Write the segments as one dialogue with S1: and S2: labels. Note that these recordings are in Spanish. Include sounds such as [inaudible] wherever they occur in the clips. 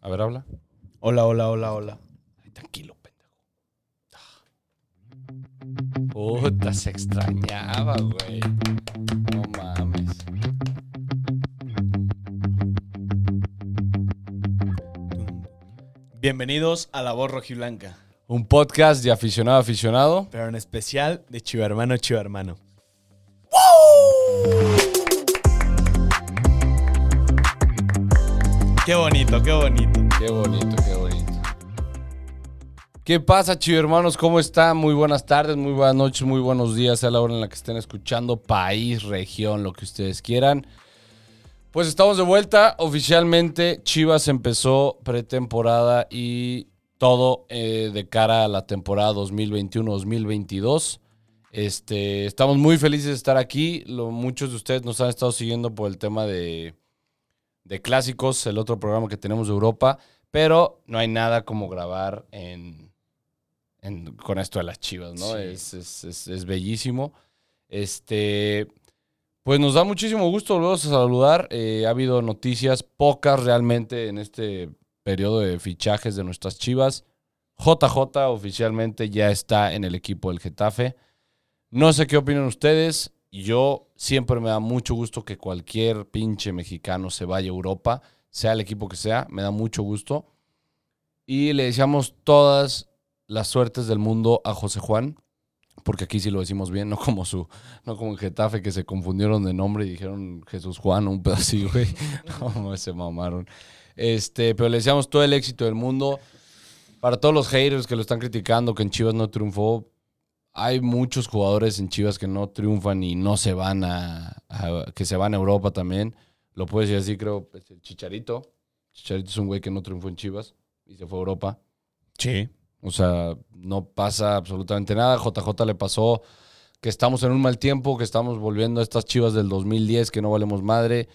S1: A ver, habla.
S2: Hola, hola, hola, hola.
S1: Ay, tranquilo, pendejo. Ah. Puta, se extrañaba, güey. No mames.
S2: Bienvenidos a La Voz Rojiblanca,
S1: Un podcast de aficionado a aficionado.
S2: pero en especial de Chivermano Chivermano. Qué bonito, qué bonito.
S1: Qué bonito, qué bonito. ¿Qué pasa, chido hermanos? ¿Cómo están? Muy buenas tardes, muy buenas noches, muy buenos días a la hora en la que estén escuchando. País, región, lo que ustedes quieran. Pues estamos de vuelta. Oficialmente, Chivas empezó pretemporada y todo eh, de cara a la temporada 2021-2022. Este, estamos muy felices de estar aquí. Lo- muchos de ustedes nos han estado siguiendo por el tema de, de clásicos, el otro programa que tenemos de Europa, pero no hay nada como grabar en, en- con esto de las chivas, ¿no?
S2: Sí.
S1: Es, es- es- es bellísimo. Este, pues nos da muchísimo gusto volveros a saludar. Eh, ha habido noticias pocas realmente en este periodo de fichajes de nuestras chivas. JJ oficialmente ya está en el equipo del Getafe. No sé qué opinan ustedes. Yo siempre me da mucho gusto que cualquier pinche mexicano se vaya a Europa, sea el equipo que sea, me da mucho gusto. Y le deseamos todas las suertes del mundo a José Juan, porque aquí sí lo decimos bien, [laughs] no como su, no como en Getafe que se confundieron de nombre y dijeron Jesús Juan, un pedacito, güey. No, se mamaron. Este, pero le deseamos todo el éxito del mundo. Para todos los haters que lo están criticando, que en Chivas no triunfó, hay muchos jugadores en Chivas que no triunfan y no se van a, a- que se van a Europa también. Lo puedes decir así, creo, pues, el Chicharito. Chicharito es un güey que no triunfó en Chivas y se fue a Europa.
S2: Sí.
S1: O sea, no pasa absolutamente nada. JJ le pasó que estamos en un mal tiempo, que estamos volviendo a estas chivas del 2010, que no valemos madre.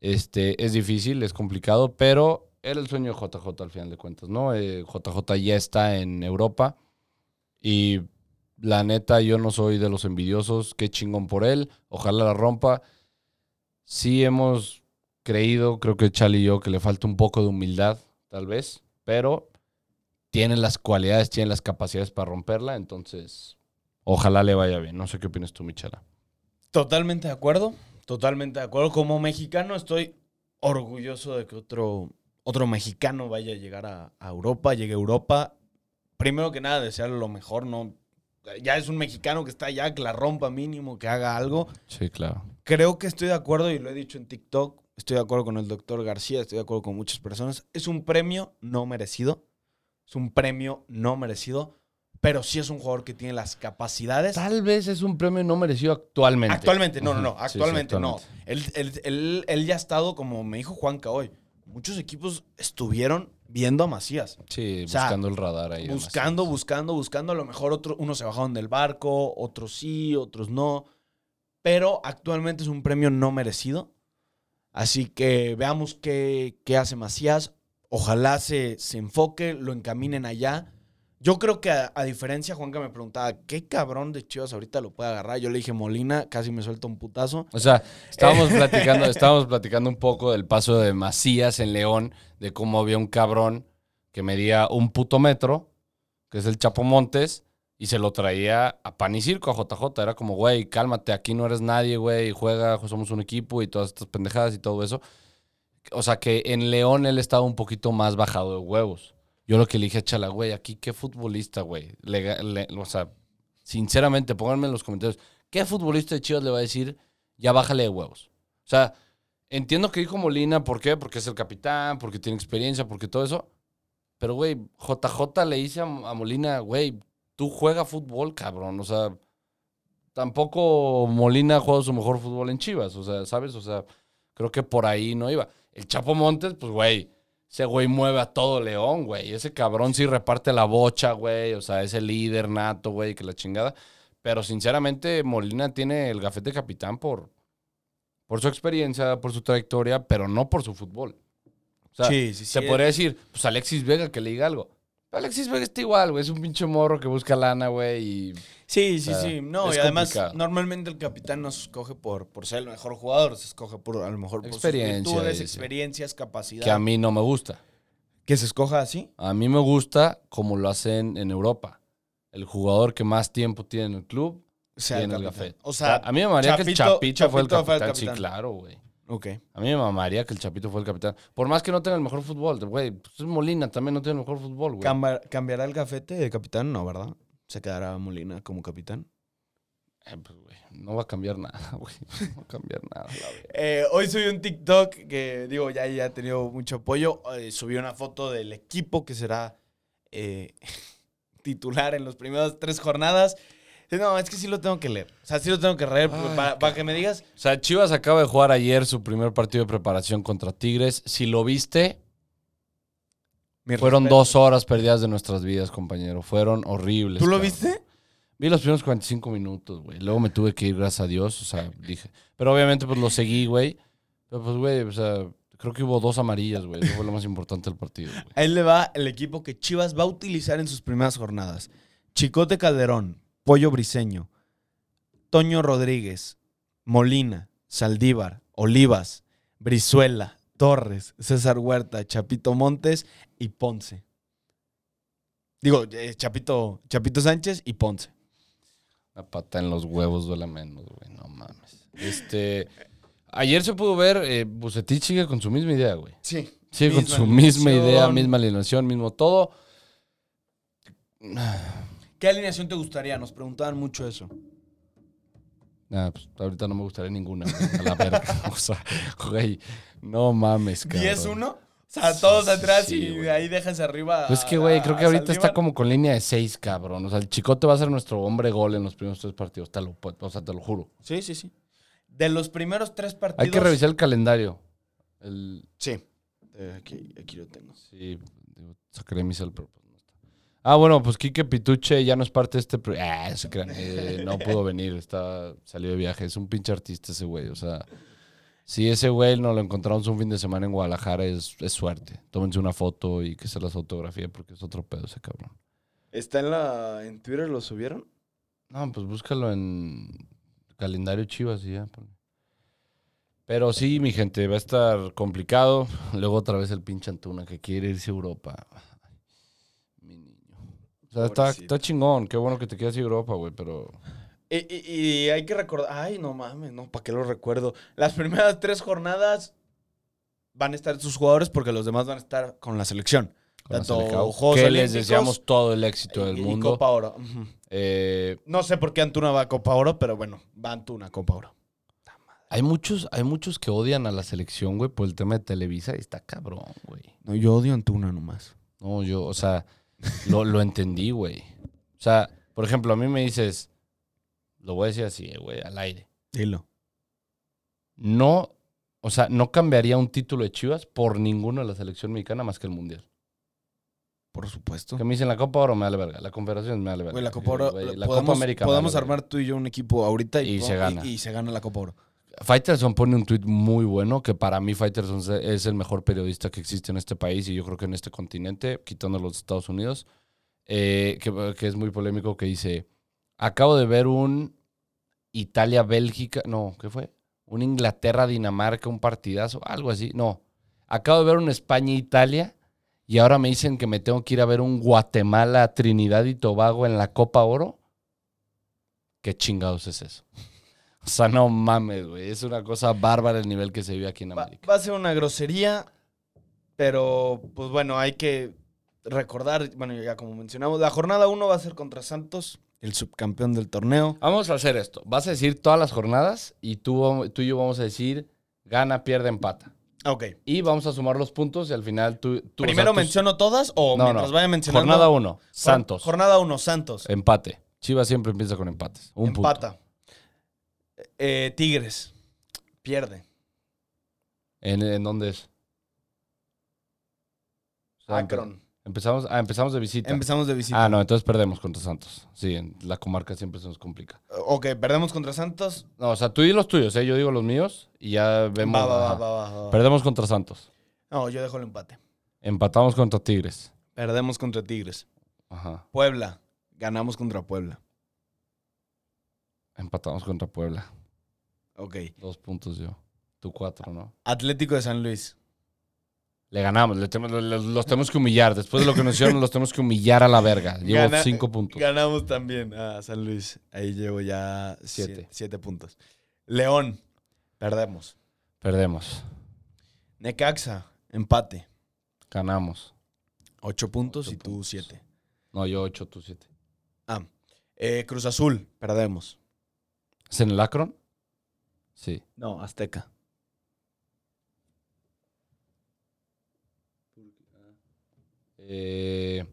S1: Este, es difícil, es complicado, pero era el sueño de JJ al final de cuentas, ¿no? Eh, JJ ya está en Europa y la neta yo no soy de los envidiosos, qué chingón por él, ojalá la rompa. Sí hemos creído, creo que Charlie y yo, que le falta un poco de humildad, tal vez, pero tiene las cualidades, tiene las capacidades para romperla, entonces ojalá le vaya bien. No sé qué opinas tú, Michela.
S2: Totalmente de acuerdo, totalmente de acuerdo. Como mexicano estoy orgulloso de que otro, otro mexicano vaya a llegar a, a Europa, llegue a Europa. Primero que nada, desearle lo mejor, no. Ya es un mexicano que está allá, que la rompa mínimo, que haga algo.
S1: Sí, claro.
S2: Creo que estoy de acuerdo, y lo he dicho en TikTok, estoy de acuerdo con el doctor García, estoy de acuerdo con muchas personas. Es un premio no merecido. Es un premio no merecido, pero sí es un jugador que tiene las capacidades.
S1: Tal vez es un premio no merecido actualmente.
S2: Actualmente, no, no, no.
S1: Ujú. Sí, sí,
S2: Actualmente, no.
S1: actualmente.
S2: Él, él- él- él ya ha estado, como me dijo Juanca hoy, muchos equipos estuvieron viendo a Macías.
S1: Sí,
S2: O sea,
S1: buscando el radar ahí. además.
S2: Buscando, buscando, buscando. A lo mejor otro, unos se bajaron del barco, otros sí, otros no. Pero actualmente es un premio no merecido. Así que veamos qué, qué hace Macías. Ojalá se, se enfoque, lo encaminen allá. Yo creo que a, a diferencia, Juanca me preguntaba, ¿qué cabrón de Chivas ahorita lo puede agarrar? Yo le dije, Molina, casi me suelta un putazo.
S1: O sea, estábamos platicando, estábamos platicando un poco del paso de Macías en León, de cómo había un cabrón que medía un puto metro, que es el Chapo Montes, y se lo traía a pan y circo a JJ. Era como, güey, cálmate, aquí no eres nadie, güey, juega, pues, somos un equipo y todas estas pendejadas y todo eso. O sea que en León él estaba un poquito más bajado de huevos. Yo lo que le dije a Chala, güey, aquí qué futbolista, güey. Le- le- o sea, sinceramente, pónganme en los comentarios, ¿qué futbolista de Chivas le va a decir, ya bájale de huevos? O sea, entiendo que dijo Molina, ¿por qué? Porque es el capitán, porque tiene experiencia, porque todo eso. Pero, güey, JJ le dice a, a Molina, güey, tú juega fútbol, cabrón. O sea, tampoco Molina ha jugado su mejor fútbol en Chivas. O sea, ¿sabes? O sea, creo que por ahí no iba. El Chapo Montes, pues, güey, ese güey mueve a todo León, güey. Ese cabrón sí reparte la bocha, güey. O sea, ese líder nato, güey, que la chingada. Pero sinceramente, Molina tiene el gafete de capitán por, por su experiencia, por su trayectoria, pero no por su fútbol. O sea,
S2: sí, eh,
S1: se podría decir, pues Alexis Vega que le diga algo. Pero Alexis Vega está igual, güey. Es un pinche morro que busca lana, güey. Y
S2: Sí, sí,
S1: O sea,
S2: sí. No,
S1: es
S2: y además,
S1: complicado.
S2: normalmente el capitán no se escoge por, por ser el mejor jugador, se escoge por a lo mejor por sus
S1: Experiencia,
S2: virtudes,
S1: dice.
S2: experiencias, capacidad.
S1: que a mí no me gusta.
S2: ¿Que se escoja así?
S1: A mí me gusta como lo hacen en Europa. El jugador que más tiempo tiene en el club.
S2: O sea,
S1: Tiene el Ah,
S2: capitán.
S1: café.
S2: O sea,
S1: a mí me mamaría que el
S2: Chapito-
S1: Chapito fue el
S2: Chapito fue el
S1: capitán. Sí,
S2: capitán.
S1: claro, güey.
S2: ok.
S1: A mí me mamaría que el Chapito fue el capitán. Por más que no tenga el mejor fútbol, güey. Pues Molina también no tiene el mejor fútbol, güey.
S2: Cambar- ¿Cambiará el gafete de capitán? No, ¿verdad? ¿Se quedará Molina como capitán?
S1: Eh, pues, güey, no va a cambiar nada, [laughs] güey. No va a cambiar nada. la verdad.
S2: Eh, hoy subí un TikTok que, digo, ya, ya ha tenido mucho apoyo. Eh, subí una foto del equipo que será eh, [laughs] titular en las primeras tres jornadas. Eh, No, es que sí lo tengo que leer. O sea, sí lo tengo que leer porque
S1: Ay,
S2: para, para que me digas.
S1: O sea, Chivas acaba de jugar ayer su primer partido de preparación contra Tigres. Si lo viste,
S2: mi
S1: fueron
S2: respeto.
S1: dos horas perdidas de nuestras vidas, compañero. Fueron horribles.
S2: ¿Tú lo
S1: cabrón.
S2: viste?
S1: Vi los primeros 45 minutos, güey. Luego me tuve que ir, gracias a Dios. O sea, dije. Pero obviamente, pues lo seguí, güey. Pero pues, güey, o sea, creo que hubo dos amarillas, güey. Eso fue lo más importante del partido, güey.
S2: Ahí le va el equipo que Chivas va a utilizar en sus primeras jornadas. Chicote Calderón, Pollo Briseño, Toño Rodríguez, Molina, Saldívar, Olivas, Brizuela, Torres, César Huerta, Chapito Montes y Ponce. Digo, eh, Chapito, Chapito Sánchez y Ponce.
S1: Una pata en los huevos duele menos, güey. No mames. Este. Ayer se pudo ver, eh, Bucetich sigue con su misma idea, güey.
S2: Sí.
S1: Sigue con
S2: Misma
S1: su misma
S2: alineación.
S1: idea, misma alineación, mismo todo.
S2: ¿Qué alineación te gustaría? Nos preguntaban mucho eso.
S1: Nah, pues, ahorita no me gustaría ninguna, güey, a la verga. [laughs] O sea, güey, no mames, cabrón.
S2: 10-1. O sea,
S1: Sí,
S2: todos
S1: sí,
S2: atrás
S1: sí,
S2: y
S1: güey.
S2: ahí dejas arriba.
S1: Pues es que,
S2: a-
S1: güey, creo que
S2: a
S1: ahorita
S2: Saldívar.
S1: está como con línea de seis, cabrón. O sea, el chicote va a ser nuestro hombre gol en los primeros tres partidos. Te lo, pu- o sea, te lo juro.
S2: Sí, sí, sí. De los primeros tres partidos.
S1: Hay que revisar el calendario. El,
S2: Sí. Eh, aquí, aquí lo tengo.
S1: sí, digo, sacaré mi cel, pero pues no está. Ah, bueno, pues Quique Pituche ya no es parte de este... pro- Ah, se crean, eh, no pudo venir, está, salió de viaje. Es un pinche artista ese güey, o sea... Si ese güey nos lo encontramos un fin de semana en Guadalajara, es, es suerte. Tómense una foto y que se las fotografía porque es otro pedo ese cabrón.
S2: ¿Está en la. en Twitter lo subieron?
S1: No, pues búscalo en calendario Chivas y ya. ponle. Pero sí, mi gente, va a estar complicado. Luego otra vez el pinche Antuna que quiere irse a Europa. Mi niño. O sea, está,
S2: Pobrecito.
S1: está chingón. Qué bueno que te quieras ir a Europa, güey, pero...
S2: Y, y- y hay que recordar. Ay, no mames, no, ¿para qué lo recuerdo? Las primeras tres jornadas van a estar sus jugadores porque los demás van a estar con la selección.
S1: con la
S2: Tanto
S1: Selecao,
S2: Juegos
S1: que les
S2: Olímpicos eh,
S1: deseamos todo el éxito del
S2: y, y
S1: mundo.
S2: Copa Oro. Ujú.
S1: Eh,
S2: No sé por qué Antuna va a Copa Oro, pero bueno, va Antuna a Copa Oro.
S1: hay, muchos, hay muchos que odian a la selección, güey, por el tema de Televisa. y Está cabrón, güey.
S2: No, yo odio a Antuna nomás.
S1: No, yo, o sea, lo, lo entendí, güey. O sea, por ejemplo, a mí me dices, lo voy a decir así, eh, güey, al aire.
S2: Dilo.
S1: No, o sea, no cambiaría un título de Chivas por ninguno de la selección mexicana más que el Mundial.
S2: Por supuesto.
S1: Que me dicen la Copa Oro me da la verga, la Confederación me da la verga.
S2: Güey, la Copa Oro,
S1: Güey,
S2: podemos,
S1: me da la
S2: podemos
S1: verga.
S2: armar tú y yo un equipo ahorita y,
S1: Y
S2: podemos-
S1: se gana.
S2: Y, y se gana la Copa Oro.
S1: Fighterson pone un tuit muy bueno que para mí Fighterson se- es el mejor periodista que existe en este país y yo creo que en este continente, quitando los Estados Unidos, eh, que, que es muy polémico, que dice, acabo de ver un Italia-Bélgica, no, ¿qué fue? Un Inglaterra-Dinamarca, un partidazo, algo así, no. Acabo de ver un España-Italia y ahora me dicen que me tengo que ir a ver un Guatemala-Trinidad y Tobago en la Copa Oro. ¿Qué chingados es eso? [laughs] O sea, no mames, güey. Es una cosa bárbara el nivel que se vive aquí en
S2: Va,
S1: América.
S2: va a ser una grosería, pero pues bueno, hay que recordar, bueno, ya como mencionamos, la jornada 1 va a ser contra Santos, el subcampeón del torneo.
S1: Vamos a hacer esto. Vas a decir todas las jornadas y tú, vam- tú y yo vamos a decir gana, pierde, empata.
S2: Ah, Ok.
S1: Y vamos a sumar los puntos y al final tú... tú- o
S2: ¿Primero
S1: sea, tus-
S2: menciono todas o
S1: No,
S2: mientras
S1: no.
S2: vaya mencionando?
S1: Jornada 1,
S2: Jor-
S1: Santos.
S2: Jornada Eh, 1, Santos.
S1: Empate. Chivas siempre empieza con empates. Un punto.
S2: empata. Eh, Tigres. Pierde.
S1: ¿En, en dónde es? O sea, empe-
S2: Akron.
S1: Empezamos, ah, empezamos de visita.
S2: Empezamos de visita.
S1: Ah, no, entonces perdemos contra Santos. Sí, en la comarca siempre se nos complica.
S2: Ok, perdemos contra Santos.
S1: No, o sea, tú di los tuyos, ¿eh? yo digo los míos y ya vemos.
S2: Va, va, va,
S1: ajá.
S2: va, va, va.
S1: Perdemos contra Santos.
S2: No, yo dejo el empate.
S1: Empatamos contra Tigres.
S2: Perdemos contra Tigres.
S1: Ajá.
S2: Puebla. Ganamos contra Puebla.
S1: Empatamos contra Puebla.
S2: Ok.
S1: Dos puntos yo. Tú cuatro, ¿no?
S2: Atlético de San Luis.
S1: Le ganamos. le tem- le- le- los tenemos que humillar. Después de lo que nos hicieron, los tenemos que humillar a la verga. Llevo
S2: Gana-
S1: cinco puntos.
S2: Ganamos también a San Luis. Ahí llevo ya siete.
S1: Siete.
S2: siete puntos. León, perdemos.
S1: Perdemos.
S2: Necaxa, empate.
S1: Ganamos.
S2: Ocho puntos
S1: Ocho
S2: y tú
S1: puntos.
S2: siete.
S1: No, yo ocho, tú siete.
S2: Ah, eh, Cruz Azul, perdemos.
S1: ¿Es en el Akron? Sí.
S2: No, Azteca.
S1: Eh,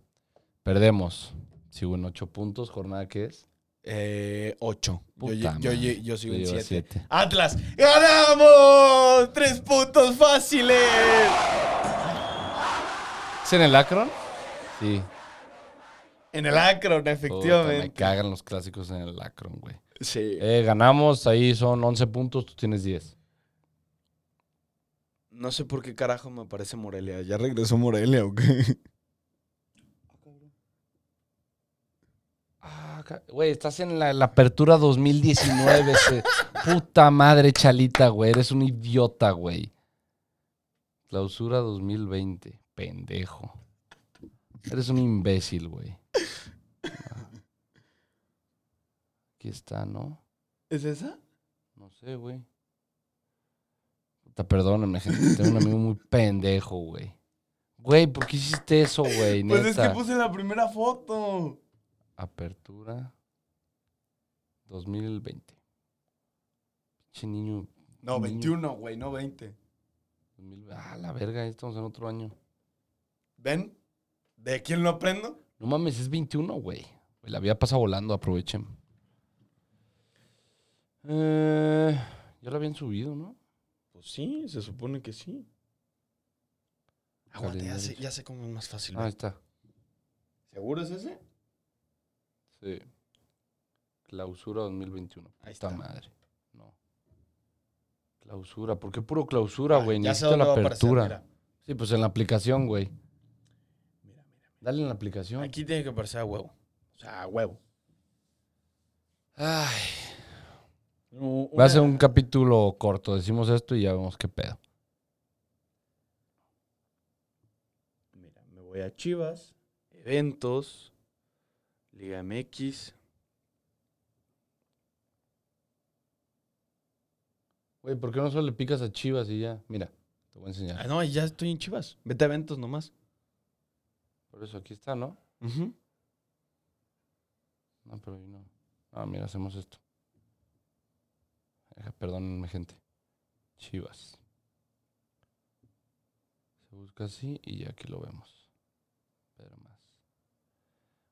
S1: perdemos. Sigo en ocho puntos. ¿Jornada qué es?
S2: Eh, ocho. Yo,
S1: Puta
S2: yo- yo-
S1: madre.
S2: yo sigo en
S1: Yo llevo
S2: siete.
S1: siete.
S2: Atlas, ganamos. Tres puntos fáciles.
S1: ¿Es en el Akron? Sí.
S2: En el Akron,
S1: Puta, me
S2: efectivamente.
S1: cagan los clásicos en el Akron, güey.
S2: sí.
S1: Eh, ganamos, ahí son 11 puntos, tú tienes 10.
S2: No sé por qué carajo me aparece Morelia. ¿Ya regresó Morelia o qué?
S1: Ah, ca- Güey, estás en la, la apertura 2019.
S2: [laughs]
S1: se- Puta madre, Chalita, güey. Eres un idiota, güey. Clausura 2020. Pendejo. Eres un imbécil, güey. Ah. Aquí está, ¿no?
S2: ¿Es esa?
S1: No sé, güey. Puta, perdóname, gente. Tengo un amigo muy pendejo, güey. Güey, ¿por qué hiciste eso, güey?
S2: Pues es que
S1: Neta.
S2: puse la primera foto.
S1: Apertura 2020. Pinche niño.
S2: No,
S1: Niño.
S2: 21, güey, no 20.
S1: 2000. Ah, la verga, ya estamos en otro año.
S2: ¿Ven? ¿De quién lo aprendo?
S1: No mames, es 21, güey. Güey, La vida pasa volando, aprovechen. Eh, ya la habían subido, ¿no?
S2: Pues sí, se supone que sí. Aguante, ya
S1: Calendarios.
S2: sé, ya sé cómo es más fácil.
S1: Ah, ahí
S2: güey.
S1: está.
S2: ¿Seguro es ese?
S1: Sí. Clausura 2021.
S2: Ahí
S1: Puta
S2: está.
S1: madre. No. Clausura. ¿Por qué puro clausura,
S2: Ah,
S1: güey?
S2: ya sé
S1: Necesito la
S2: dónde va a aparecer,
S1: apertura.
S2: mira.
S1: sí, pues en la aplicación, güey.
S2: Mira, mira.
S1: Dale en la aplicación.
S2: Aquí tiene que aparecer a huevo. O sea, a huevo.
S1: Ay.
S2: U-
S1: Va
S2: una-
S1: a ser un capítulo corto. Decimos esto y ya vemos qué pedo.
S2: Mira, me voy a Chivas, eventos, Liga MX.
S1: Güey, ¿por qué no solo le picas a Chivas y ya? Mira, te voy a
S2: Ah,
S1: enseñar.
S2: no, ya estoy en Chivas. Vete a eventos nomás.
S1: Por eso aquí está, ¿no? No, pero ahí no. Ah, mira, hacemos esto. Deja, Perdónenme, gente. Chivas. Se busca así y ya aquí lo vemos. Pero más.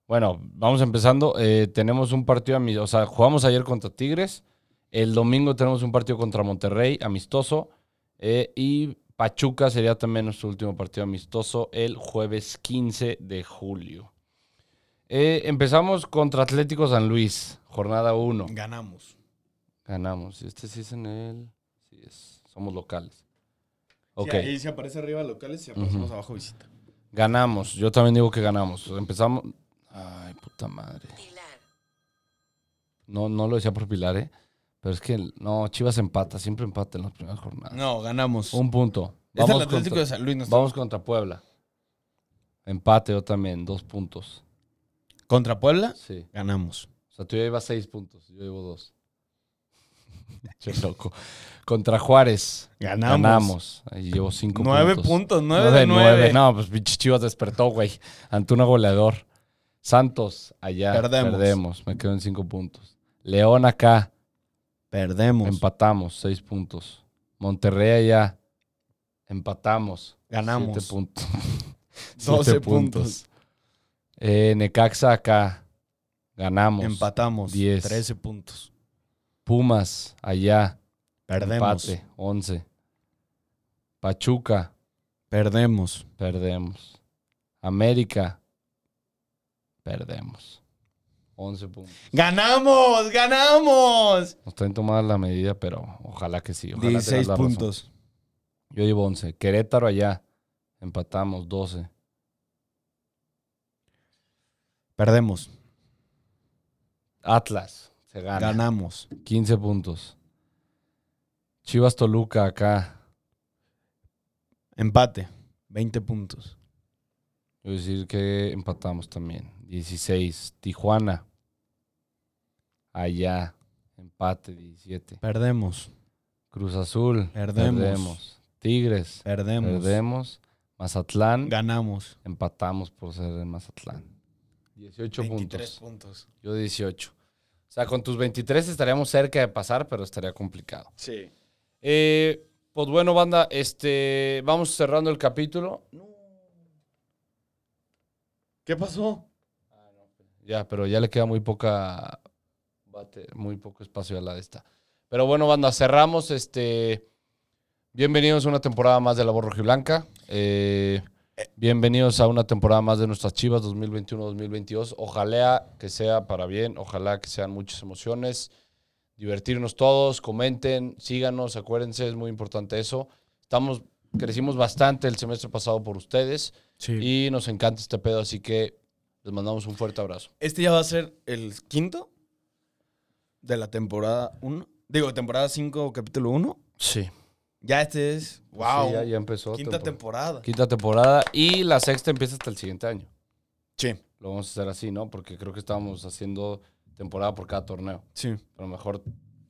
S1: Bueno, vamos empezando. Eh, tenemos un partido amistoso. O sea, jugamos ayer contra Tigres. El domingo tenemos un partido contra Monterrey, amistoso. Eh, y Pachuca sería también nuestro último partido amistoso el jueves 15 de julio. Eh, empezamos contra Atlético San Luis, jornada 1.
S2: Ganamos.
S1: Ganamos. Este sí es en el. Sí, es. Somos locales. Ok.
S2: Sí, ahí se aparece arriba locales y aparecemos
S1: Ujú.
S2: abajo visita.
S1: Ganamos. Yo también digo que ganamos. Empezamos. Ay, puta madre. No, no lo decía por Pilar, ¿eh? Pero es que. el- No, Chivas empata. Siempre empata en las primeras jornadas.
S2: No, ganamos.
S1: Un punto.
S2: Este es el
S1: Vamos,
S2: Atlético
S1: contra,
S2: de San Luis. no está-
S1: vamos contra Puebla. Empate yo también. Dos puntos.
S2: Contra Puebla,
S1: Sí.
S2: ganamos.
S1: O sea, tú ya ibas seis puntos. Yo llevo dos. [laughs] Che loco. Contra Juárez.
S2: Ganamos.
S1: Ganamos. Ahí llevo cinco
S2: Nueve
S1: puntos.
S2: puntos, nueve,
S1: Nueve,
S2: de nueve.
S1: nueve. No, pues pinche Chivas despertó, güey. Antuna goleador. Santos, allá.
S2: Perdemos.
S1: Perdemos. Me quedo en cinco puntos. León acá.
S2: Perdemos.
S1: Empatamos, seis puntos. Monterrey allá. Empatamos.
S2: Ganamos.
S1: Siete puntos.
S2: [laughs] Doce
S1: Siete
S2: puntos.
S1: Eh, Necaxa acá. Ganamos.
S2: Empatamos.
S1: Diez.
S2: Trece puntos.
S1: Pumas allá.
S2: Perdemos.
S1: Empate, once. Pachuca,
S2: Perdemos.
S1: Perdemos. América. Perdemos. 11 puntos.
S2: ¡Ganamos! ¡Ganamos!
S1: Nos traen tomadas la medida, pero ojalá que sí. Ojalá tengas
S2: 16
S1: la razón.
S2: puntos.
S1: Yo llevo 11. Querétaro allá. Empatamos 12.
S2: Perdemos.
S1: Atlas. Se gana.
S2: Ganamos.
S1: 15 puntos. Chivas Toluca acá.
S2: Empate. 20 puntos.
S1: Yo voy a decir que empatamos también. 16. Tijuana. Allá. Empate 17.
S2: Perdemos.
S1: Cruz Azul.
S2: Perdemos.
S1: Tigres.
S2: Perdemos.
S1: Perdemos. Mazatlán.
S2: Ganamos.
S1: Empatamos por ser en Mazatlán. 18 puntos.
S2: puntos.
S1: Yo 18. O sea, con tus 23 estaríamos cerca de pasar, pero estaría complicado.
S2: Sí.
S1: Eh, pues bueno, banda, este, vamos cerrando el capítulo.
S2: ¿Qué pasó?
S1: Ah, pues, Ya, pero ya le queda muy poca bate- muy poco espacio a la de esta. Pero bueno, banda, cerramos. Este, bienvenidos a una temporada más de la Voz Rojiblanca. Eh, bienvenidos a una temporada más de nuestras Chivas 2021-2022. Ojalá que sea para bien, ojalá que sean muchas emociones. Divertirnos todos, comenten, síganos, acuérdense, es muy importante eso. Estamos, crecimos bastante el semestre pasado por ustedes
S2: Sí.
S1: y nos encanta este pedo, así que les mandamos un fuerte abrazo.
S2: Este ya va a ser el quinto de la temporada 1. Digo, temporada 5, capítulo 1.
S1: Sí.
S2: Ya este es. ¡Wow!
S1: Sí, ya, ya empezó.
S2: quinta
S1: tempor-
S2: temporada.
S1: Quinta temporada. Y la sexta empieza hasta el siguiente año.
S2: Sí,
S1: Lo vamos a hacer así, ¿no? Porque creo que estábamos haciendo temporada por cada torneo.
S2: sí.
S1: Pero mejor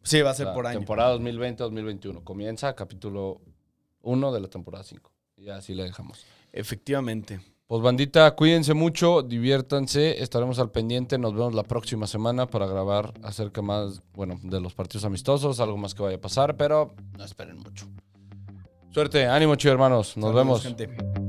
S2: Sí, va a ser
S1: la
S2: por año.
S1: temporada 2020-2021. Comienza capítulo 1 de la temporada 5. Y así la dejamos.
S2: Efectivamente.
S1: Pues bandita, cuídense mucho, diviértanse, estaremos al pendiente, nos vemos la próxima semana para grabar acerca más, bueno, de los partidos amistosos, algo más que vaya a pasar, pero no esperen mucho. Suerte, ánimo chido hermanos, nos
S2: Saludos,
S1: vemos.
S2: gente.